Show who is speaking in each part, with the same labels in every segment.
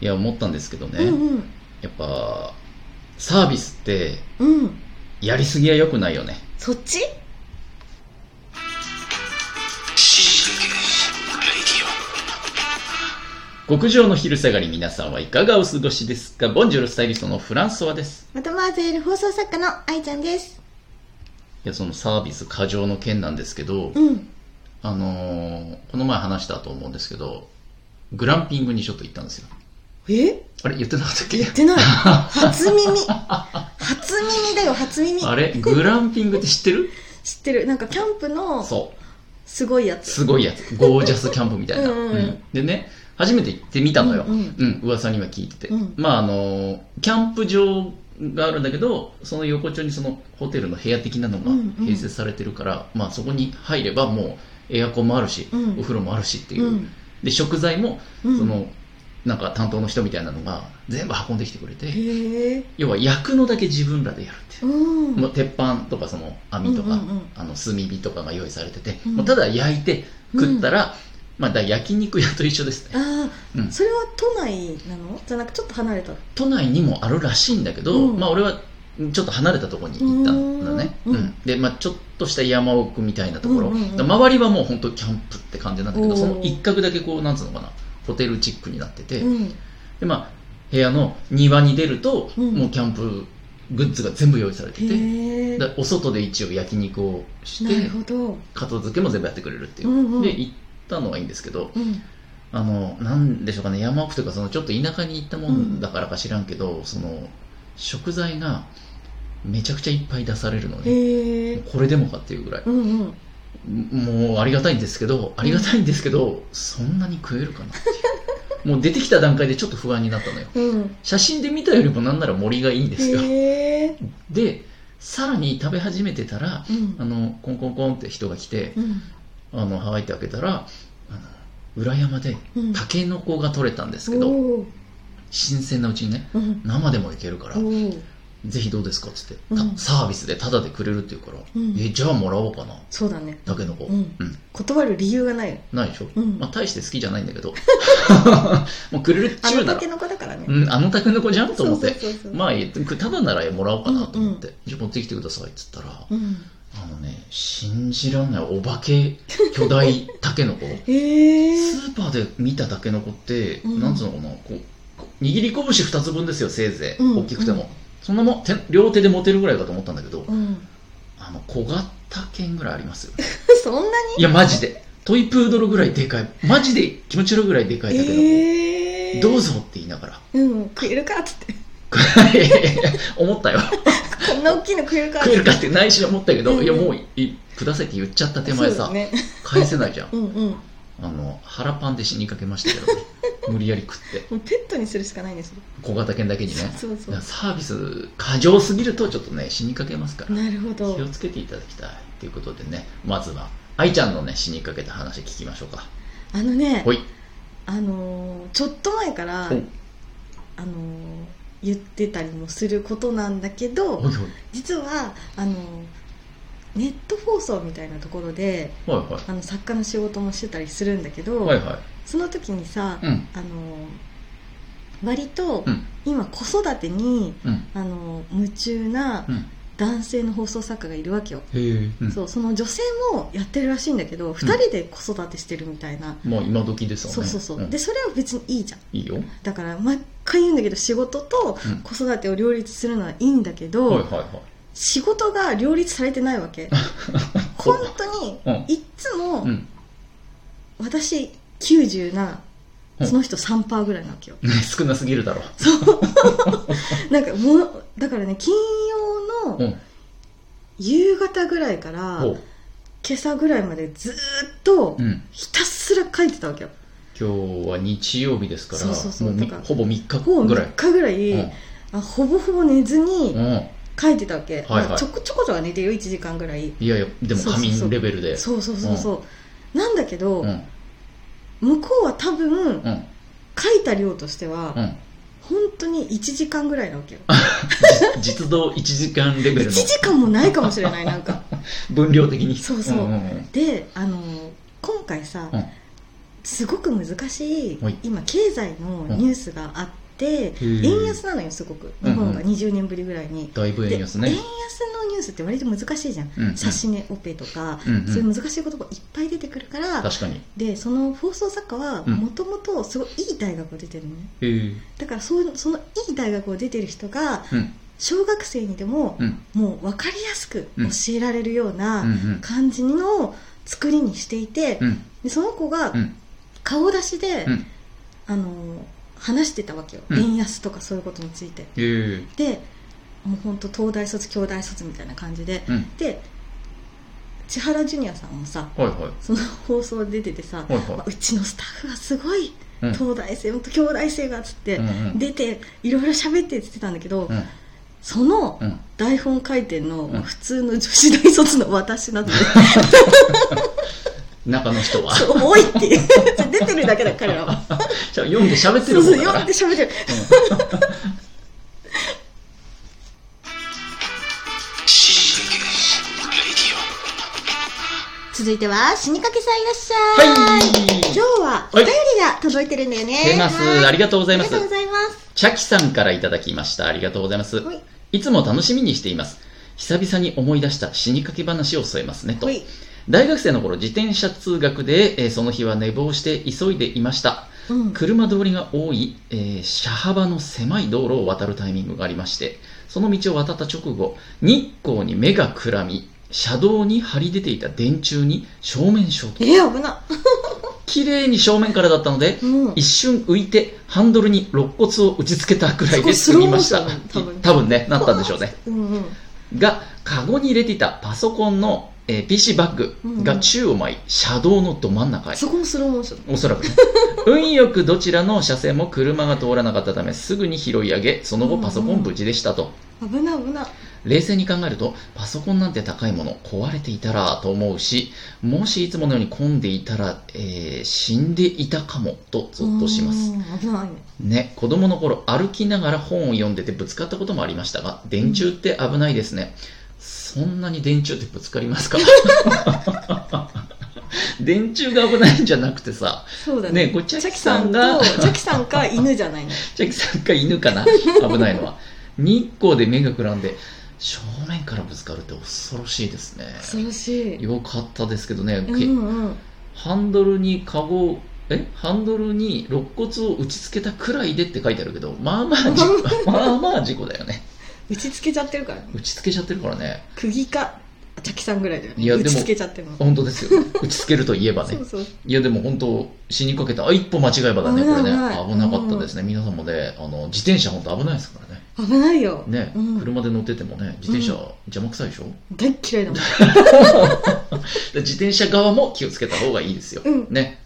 Speaker 1: いや思ったんですけどね、
Speaker 2: うん
Speaker 1: やっぱサービスって
Speaker 2: うんうん
Speaker 1: やりすぎは良くないよね
Speaker 2: そっち
Speaker 1: 極上の昼下がり皆さんはいかがお過ごしですかボンジュールスタイリストのフランソワです
Speaker 2: またマーゼール放送作家の愛ちゃんです
Speaker 1: いやそのサービス過剰の件なんですけど、
Speaker 2: うん
Speaker 1: あのーこの前話したと思うんですけどグランピングにちょっと行ったんですよ
Speaker 2: え
Speaker 1: あれ言ってなかったっけ
Speaker 2: 言っ てない初耳初耳だよ初耳
Speaker 1: あれグランピングって知ってる
Speaker 2: 知ってるなんかキャンプの
Speaker 1: そう
Speaker 2: すごいやつ
Speaker 1: すごいやつゴージャスキャンプみたいな
Speaker 2: うんうん
Speaker 1: でね初めて行ってみたのよ、
Speaker 2: うんうん
Speaker 1: うん噂には聞いてて、
Speaker 2: うん
Speaker 1: まああのキャンプ場があるんだけどその横丁にそのホテルの部屋的なのが
Speaker 2: うんうん
Speaker 1: 併設されてるから、まあ、そこに入ればもうエアコンもあるし、
Speaker 2: うん
Speaker 1: お風呂もあるしっていう、
Speaker 2: うん
Speaker 1: で食材も
Speaker 2: うん
Speaker 1: そのなんか担当の人みたいなのが全部運んできてくれて、
Speaker 2: へえ
Speaker 1: 要は焼くのだけ自分らでやるっていうう、
Speaker 2: ん
Speaker 1: もう鉄板とかその網とか、
Speaker 2: うんうんうん
Speaker 1: あの炭火とかが用意されてて、
Speaker 2: うん
Speaker 1: もうただ焼いて食ったら、まあだから焼肉屋と一緒ですね
Speaker 2: ああ、
Speaker 1: うん
Speaker 2: それは都内なのじゃなくちょっと離れた
Speaker 1: 都内にもあるらしいんだけど、
Speaker 2: うん
Speaker 1: まあ俺はちょっと離れたところに行ったんだね、
Speaker 2: うん
Speaker 1: うんで、まあ、ちょっとした山奥みたいなところ、
Speaker 2: うんうんうん
Speaker 1: 周りはもう本当キャンプって感じなんだけど
Speaker 2: おー
Speaker 1: その一角だけこうなんつうのかなホテルチックになってて、
Speaker 2: うん
Speaker 1: でまあ部屋の庭に出ると、
Speaker 2: うん
Speaker 1: もうキャンプグッズが全部用意されてて
Speaker 2: へえ
Speaker 1: だお外で一応焼肉をし
Speaker 2: な
Speaker 1: て
Speaker 2: るほど
Speaker 1: 片付けも全部やってくれるっていう、
Speaker 2: うんうん
Speaker 1: で行ったのはいいんですけど
Speaker 2: うん
Speaker 1: あのなんでしょうかね山奥というかそのちょっと田舎に行ったもんだからか知らんけど、その食材がめちゃくちゃいっぱい出されるのね
Speaker 2: へえ
Speaker 1: これでもかっていうぐらい
Speaker 2: うんうん
Speaker 1: もうありがたいんですけどありがたいんですけど、そんなに食えるかなってい うもう出てきた段階でちょっと不安になったのよ
Speaker 2: うん
Speaker 1: 写真で見たよりもなんなら森がいいんですよ
Speaker 2: へえ
Speaker 1: でさらに食べ始めてたら
Speaker 2: うん
Speaker 1: あのコンコンコンって人が来て
Speaker 2: うん
Speaker 1: あのハワイって開けたらあの裏山で
Speaker 2: うん
Speaker 1: タケノコが取れたんですけど、
Speaker 2: おー
Speaker 1: 新鮮なうちにね
Speaker 2: うん
Speaker 1: 生でもいけるから、
Speaker 2: おー
Speaker 1: ぜひどうですかっつって、
Speaker 2: うん
Speaker 1: たサービスでタダでくれるっていうから、
Speaker 2: うん
Speaker 1: えじゃあもらおうかな
Speaker 2: そうだね
Speaker 1: タケノコ、
Speaker 2: うん断る理由がないよ
Speaker 1: ないでしょ、
Speaker 2: うん
Speaker 1: まあ、大して好きじゃないんだけ ど もうくれるっ
Speaker 2: あ
Speaker 1: ちゅ
Speaker 2: の
Speaker 1: うな
Speaker 2: タ
Speaker 1: ら
Speaker 2: ケノコだからね
Speaker 1: うん、あのタケノコじゃんと
Speaker 2: そう
Speaker 1: 思っ
Speaker 2: そう
Speaker 1: て
Speaker 2: そうそう
Speaker 1: まあえタダならもらおうかなと思って、じゃあ持ってきてくださいっつったら、
Speaker 2: うん
Speaker 1: あのね信じらんないお化け巨大タケノコ
Speaker 2: へえ
Speaker 1: スーパーで見たタケノコって、
Speaker 2: うん
Speaker 1: なんつうのかなこうこう握り拳2つ分ですよせいぜい、
Speaker 2: うん
Speaker 1: 大きくても、
Speaker 2: うん
Speaker 1: そんなもん手両手で持てるぐらいかと思ったんだけど、
Speaker 2: うん
Speaker 1: あの小型犬ぐらいありますよ
Speaker 2: そんなに
Speaker 1: いやマジでトイプードルぐらいでかいマジで気持ち悪いぐらいでかいタケノコ、
Speaker 2: え
Speaker 1: どうぞって言いながら
Speaker 2: うん食えるかっつって
Speaker 1: いやいやいや思ったよ
Speaker 2: こんな大きいの食えるかっつっ
Speaker 1: 食え
Speaker 2: て
Speaker 1: るかって内心思ったけど、
Speaker 2: うんうん
Speaker 1: いやもういいくださいって言っちゃった手前
Speaker 2: そう
Speaker 1: さ、
Speaker 2: だね
Speaker 1: 返せないじゃん
Speaker 2: うんうん
Speaker 1: あの腹パンで死にかけましたけど、ね、無理やり食って
Speaker 2: もうペットにするしかないんですよ
Speaker 1: 小型犬だけにね
Speaker 2: そうそ
Speaker 1: だから
Speaker 2: う
Speaker 1: サービス過剰すぎるとちょっとね死にかけますから
Speaker 2: なるほど
Speaker 1: 気をつけていただきたいということでねまずは愛ちゃんのね死にかけた話聞きましょうか
Speaker 2: あのね
Speaker 1: ほい
Speaker 2: あのーちょっと前から
Speaker 1: ほい
Speaker 2: あのー言ってたりもすることなんだけ
Speaker 1: ほ
Speaker 2: ど
Speaker 1: いほい
Speaker 2: 実はあのーネット放送みたいなところで
Speaker 1: はいは
Speaker 2: あの作家の仕事もしてたりするんだけど、
Speaker 1: いはいは
Speaker 2: その時にさ、
Speaker 1: いうん
Speaker 2: あの割と
Speaker 1: うん
Speaker 2: 今子育てに
Speaker 1: うん
Speaker 2: あの夢中な
Speaker 1: うん
Speaker 2: 男性の放送作家がいるわけよ、
Speaker 1: へえ、うん
Speaker 2: そうその女性もやってるらしいんだけど2人で子育てしてるみたいな、
Speaker 1: もう今時ですよね
Speaker 2: そうそうそう、
Speaker 1: ん
Speaker 2: でそれは別にいいじゃん
Speaker 1: いいよ、
Speaker 2: だから毎回言うんだけど仕事と
Speaker 1: うん
Speaker 2: 子育てを両立するのはいいんだけど、
Speaker 1: はいはいはい
Speaker 2: 仕事が両立されてないわ け本当に
Speaker 1: うん
Speaker 2: いっつも、
Speaker 1: うん
Speaker 2: 私97
Speaker 1: うん
Speaker 2: その人3%ぐらいなわけよ、
Speaker 1: ね少なすぎるだろ
Speaker 2: なんかもうだからね金曜
Speaker 1: う
Speaker 2: の
Speaker 1: ん
Speaker 2: 夕方ぐらいから
Speaker 1: ほ
Speaker 2: 今
Speaker 1: う
Speaker 2: 朝ぐらいまでずーっと
Speaker 1: うん
Speaker 2: ひたすら書いてたわけよ
Speaker 1: 今日は日曜日ですから
Speaker 2: そうそうそう
Speaker 1: もみ
Speaker 2: だから
Speaker 1: ほぼ3日
Speaker 2: ほぼ
Speaker 1: ぐらい
Speaker 2: 3日ぐらい、あほぼほぼ寝ず
Speaker 1: う
Speaker 2: に
Speaker 1: んうん
Speaker 2: 書いてたわけ、
Speaker 1: はいはい
Speaker 2: まあちょこちょこちょこは寝てる1時間ぐらい
Speaker 1: いやいやでも
Speaker 2: そうそう
Speaker 1: 仮
Speaker 2: そう
Speaker 1: 眠レベルで
Speaker 2: そうそうそうそう、なんだけど、
Speaker 1: うん
Speaker 2: 向こうは多分
Speaker 1: うん
Speaker 2: 書いた量としては、
Speaker 1: うん
Speaker 2: 本当に1時間ぐらいなわけよ
Speaker 1: じ 実動1時間レベル
Speaker 2: 1
Speaker 1: の
Speaker 2: 時間もないかもしれないなんか
Speaker 1: 分量的に
Speaker 2: そうそう
Speaker 1: うんうんうん
Speaker 2: であの今回さ、
Speaker 1: うん
Speaker 2: すごく難しい
Speaker 1: はい
Speaker 2: 今経済のニュースがあって
Speaker 1: うん
Speaker 2: 円安なのよすごく日本が
Speaker 1: うん
Speaker 2: 20年ぶりぐらいに
Speaker 1: だいぶ
Speaker 2: で
Speaker 1: 円安ね
Speaker 2: 円安のニュースって割と難しいじゃん、
Speaker 1: うんうん
Speaker 2: 差し値オペとか、
Speaker 1: うんうん
Speaker 2: そういう難しいことがいっぱい出てくるから
Speaker 1: 確かに
Speaker 2: でその放送作家は
Speaker 1: うん
Speaker 2: もともとすごいいい大学を出てるのね
Speaker 1: へえ
Speaker 2: だからそういうそのいい大学を出てる人が
Speaker 1: うん
Speaker 2: 小学生にでも
Speaker 1: うん
Speaker 2: もう分かりやすく教えられるよう
Speaker 1: うんう
Speaker 2: なん感じの作りにしていて
Speaker 1: うん
Speaker 2: でその子が
Speaker 1: うん
Speaker 2: 顔出しで、
Speaker 1: うん
Speaker 2: あの話してたわけよ、
Speaker 1: うん
Speaker 2: 円安とかそういうことについて
Speaker 1: へえ
Speaker 2: でもう本当東大卒京大卒みたいな感じで、
Speaker 1: うん
Speaker 2: で千原ジュニアさんもさ
Speaker 1: はいは
Speaker 2: その放送出ててさ、
Speaker 1: いはいは
Speaker 2: まあうちのスタッフはすご
Speaker 1: う
Speaker 2: い、
Speaker 1: ん
Speaker 2: 東大生と京大生がっつって、
Speaker 1: いうんうん
Speaker 2: 出ていろいろ喋ってって言ってたんだけど、
Speaker 1: うん
Speaker 2: その
Speaker 1: うん
Speaker 2: 台本書いてんの、
Speaker 1: うん
Speaker 2: 普通の女子大卒の私 なので
Speaker 1: 中の人は
Speaker 2: 重いっていう出てるだけだから彼らは
Speaker 1: じゃあ読んで喋って
Speaker 2: そう
Speaker 1: る
Speaker 2: そう
Speaker 1: 方だか
Speaker 2: 読ん
Speaker 1: ら
Speaker 2: で喋ってる続いては死にかけさんいらっしゃい、今日
Speaker 1: は
Speaker 2: はお便りが届いてるんだよね
Speaker 1: い出ます
Speaker 2: はい
Speaker 1: ありがとうございま
Speaker 2: ありがとう
Speaker 1: す
Speaker 2: ございます
Speaker 1: チャキさんからいただきましたありがとうございます
Speaker 2: はい
Speaker 1: いつも楽しみにしています久々に思い出した死にかけ話を添えますねと
Speaker 2: ほい
Speaker 1: 大学生の頃自転車通学で、えーその日は寝坊して急いでいました
Speaker 2: うん
Speaker 1: 車通りが多い、えー車幅の狭い道路を渡るタイミングがありましてその道を渡った直後日光に目がくらみ車道に張り出ていた電柱に正面衝突
Speaker 2: えー、危な、
Speaker 1: 綺麗に正面からだったので
Speaker 2: うん、
Speaker 1: 一瞬浮いてハンドルに肋骨を打ちつけたくらいで済みました
Speaker 2: すごいスローモーションだね多
Speaker 1: 多
Speaker 2: 分
Speaker 1: 分ねなったんでしょうね
Speaker 2: うんうん
Speaker 1: がカゴに入れていたパソコンの、えー PC バッグが宙を舞い車道のど真ん中へ、
Speaker 2: そこもスローモーション
Speaker 1: おそら くね運よくどちらの車線も車が通らなかったためすぐに拾い上げその後パソコン無事でしたと、
Speaker 2: 危な危な
Speaker 1: 冷静に考えるとパソコンなんて高いもの壊れていたらと思うしもしいつものように混んでいたら、えー死んでいたかもとゾッとします
Speaker 2: うん危ないね
Speaker 1: ね、子供の頃歩きながら本を読んでてぶつかったこともありましたが電柱って危ないですね、そんなに電柱ってぶつかりますか 電柱が危ないんじゃなくてさ
Speaker 2: そうだね
Speaker 1: ねこれチャキさんが
Speaker 2: チャキさんとチャキさんか犬じゃないの
Speaker 1: チャキさんか犬 かな危ないのは日光で目がくらんで正面からぶつかるって恐ろしいですね
Speaker 2: 恐ろしい
Speaker 1: よかったですけどね、
Speaker 2: う
Speaker 1: け
Speaker 2: んうん
Speaker 1: ハンドルにカゴえハンドルに肋骨を打ちつけたくらいでって書いてあるけどまあ まあ事故まあまあ事故だよね
Speaker 2: 打ちつけちゃってるからね
Speaker 1: 打ちつけちゃってるからね
Speaker 2: 釘かチャキさんぐらいだよね
Speaker 1: いやで
Speaker 2: 打
Speaker 1: も
Speaker 2: ちつけちゃってるの
Speaker 1: 本当ですよ ね打ちつけるといえばね
Speaker 2: そうそう
Speaker 1: いやでも本当死にかけたあ一歩間違えばだね
Speaker 2: 危
Speaker 1: こ
Speaker 2: ない
Speaker 1: れね
Speaker 2: 危
Speaker 1: 危
Speaker 2: ない
Speaker 1: なかったですね皆さんもねあの自転車本当危ないですからね
Speaker 2: 危ないよ、
Speaker 1: ね、
Speaker 2: うん
Speaker 1: 車で乗っててもね自転車邪魔くさいでしょ、
Speaker 2: 大っ嫌いだもん
Speaker 1: で自転車側も気をつけた方がいいですよ、
Speaker 2: うん
Speaker 1: ね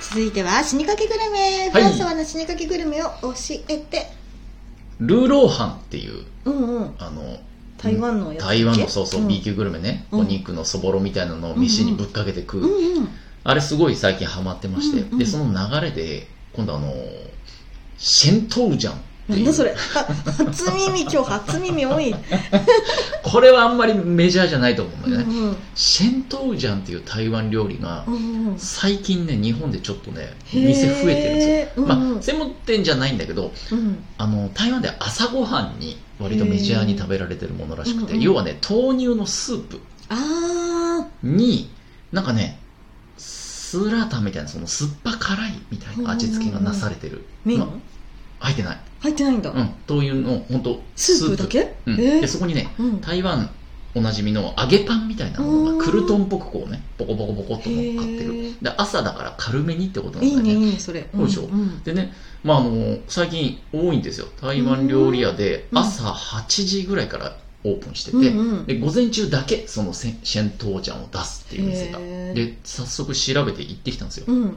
Speaker 2: 続いては死にかけグルメ、
Speaker 1: はい
Speaker 2: フランスはの死にかけグルメを教えて
Speaker 1: ルーローハンっていう
Speaker 2: うんうん
Speaker 1: あの
Speaker 2: 台湾のやつ
Speaker 1: 台湾のそうそう、
Speaker 2: ん
Speaker 1: B 級グルメね、
Speaker 2: うん
Speaker 1: お肉のそぼろみたいなのを飯にぶっかけて食う、
Speaker 2: うんうん
Speaker 1: あれすごい最近ハマってまして、
Speaker 2: うんうん
Speaker 1: でその流れで今度あのシェントウジャンって
Speaker 2: ない
Speaker 1: うん
Speaker 2: だそれあ初 耳今日初耳多い、
Speaker 1: これはあんまりメジャーじゃないと思うんだ
Speaker 2: うん
Speaker 1: よ
Speaker 2: う
Speaker 1: ね、
Speaker 2: ん
Speaker 1: シェントウジャンっていう台湾料理が
Speaker 2: うんうん
Speaker 1: 最近ね日本でちょっとね店増えてるんですよ、
Speaker 2: へーうんうん
Speaker 1: まあ専門店じゃないんだけど
Speaker 2: うん
Speaker 1: あの台湾では朝ごはんに割とメジャーに食べられてるものらしくて、
Speaker 2: へーうんうん
Speaker 1: 要はね豆乳のスープ
Speaker 2: あ
Speaker 1: になんかねスラータンみたいなその酸っぱ辛いみたいな味付けがなされてる、
Speaker 2: ー麺、
Speaker 1: まあ入ってない、
Speaker 2: 入ってないんだ、
Speaker 1: うん、豆乳の本当
Speaker 2: スープだけ
Speaker 1: うん
Speaker 2: えー
Speaker 1: でそこにね
Speaker 2: うん
Speaker 1: 台湾おなじみの揚げパンみたいなものがクルトンっぽくこうねボコボコボコっと乗っかって
Speaker 2: へ
Speaker 1: る
Speaker 2: ー
Speaker 1: で朝だから軽めにってことなん
Speaker 2: いい
Speaker 1: だ
Speaker 2: ね
Speaker 1: よね
Speaker 2: いいねそれ
Speaker 1: そうでしょ
Speaker 2: ん
Speaker 1: でね、まあ、あの最近多いんですよ台湾料理屋で
Speaker 2: うん
Speaker 1: 朝8時ぐらいからオープンしてて、
Speaker 2: うんうん
Speaker 1: で午前中だけそのせんシェントージャンを出すっていう店が
Speaker 2: へー
Speaker 1: で早速調べて行ってきたんですよ
Speaker 2: うん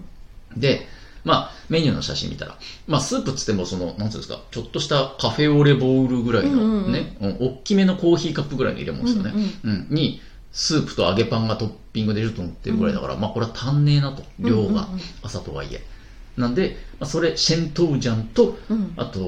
Speaker 1: で、まあ、メニューの写真見たら、まあ、スープっつっても、その、なんていうんですか、ちょっとしたカフェオレボールぐらい
Speaker 2: うんうんう
Speaker 1: の、
Speaker 2: ん
Speaker 1: ね、うん大きめのコーヒーカップぐらいの入れ物ですよね。うんに、スープと揚げパンがトッピングでちょっと乗ってるぐらいだから、まあ、これは足んねえなと、量が、朝とはいえ。なんで、まあ、それ、シェントウジャンと、
Speaker 2: うんうんうん
Speaker 1: あと、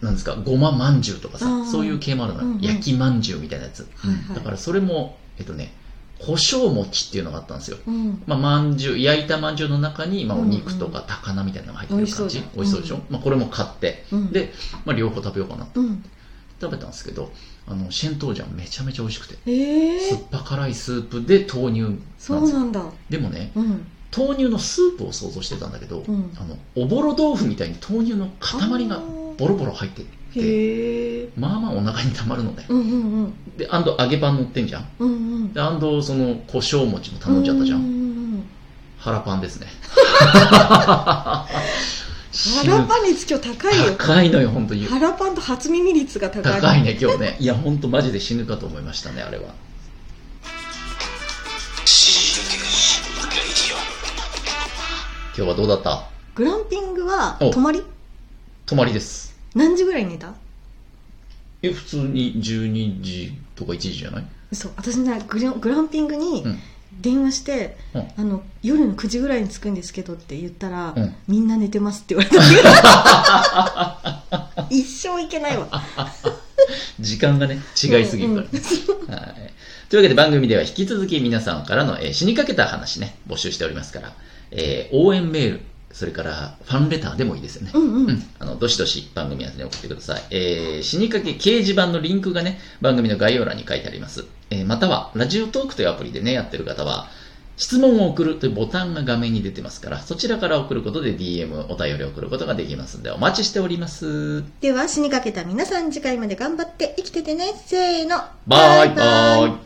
Speaker 1: なんですかごままんじゅうとか
Speaker 2: あ
Speaker 1: さ
Speaker 2: ー
Speaker 1: そういう系もあるのよ、
Speaker 2: うんうん
Speaker 1: 焼きまんじゅうみたいなやつ、
Speaker 2: はいはい
Speaker 1: だからそれもえっとね胡椒餅っていうのがあったんですよ
Speaker 2: うん
Speaker 1: まあ、まんじゅう焼いたまんじゅうの中に、まあ、お
Speaker 2: うんうん
Speaker 1: 肉とか高菜みたいなのが入ってる感じ、
Speaker 2: 美
Speaker 1: 美
Speaker 2: 味
Speaker 1: 味
Speaker 2: し
Speaker 1: しそうう
Speaker 2: そだ
Speaker 1: でしょ、まあ、これも買って
Speaker 2: うん
Speaker 1: で、まあ、両方食べようかなと
Speaker 2: うん
Speaker 1: 食べたんですけどあのシェントウジャンめちゃめちゃ美味しくて
Speaker 2: ええ
Speaker 1: 酸っぱ辛いスープで豆乳なんです
Speaker 2: そう
Speaker 1: よ
Speaker 2: なんだ
Speaker 1: でもね
Speaker 2: うん
Speaker 1: 豆乳のスープを想像してたんだけど、
Speaker 2: うん
Speaker 1: あのおぼろ豆腐みたいに豆乳の塊がボロボロ入ってて
Speaker 2: へえ
Speaker 1: まあまあお腹にたまるのね
Speaker 2: うんうんうん
Speaker 1: であんど揚げパン乗ってんじゃん
Speaker 2: うんうん
Speaker 1: であんどその胡椒餅も頼んじゃったじゃん
Speaker 2: ううんうん
Speaker 1: 腹パンですね死ぬ
Speaker 2: 腹パン率今日高いよ
Speaker 1: 高いのよ本当に
Speaker 2: 腹パンと初耳率が高い
Speaker 1: 高いね今日ねいや本当マジで死ぬかと思いましたねあれは今日はどうだった
Speaker 2: グランピングは
Speaker 1: お
Speaker 2: 泊まり
Speaker 1: 泊まりです
Speaker 2: 何時ぐらいに寝た
Speaker 1: え普通に12時とか1時じゃない
Speaker 2: 嘘私ねグラングランピングに
Speaker 1: うん
Speaker 2: 電話して、
Speaker 1: うん
Speaker 2: あの夜の9時ぐらいに着くんですけどって言ったら、
Speaker 1: うん
Speaker 2: みんな寝てますって言われた 一生いけないわ
Speaker 1: 時間がね違いすぎるからね、 はい、というわけで番組では引き続き皆さんからの、えー死にかけた話ね募集しておりますから、えー応援メールそれからファンレターでもいいですよね、
Speaker 2: うんうん、
Speaker 1: うん、あのどしどし番組宛てに送ってください、えー死にかけ掲示板のリンクがね番組の概要欄に書いてあります、えーまたはラジオトークというアプリでねやってる方は質問を送るというボタンが画面に出てますからそちらから送ることで DM お便りを送ることができますのでお待ちしております
Speaker 2: では死にかけた皆さん次回まで頑張って生きててねせーの
Speaker 1: バイバイ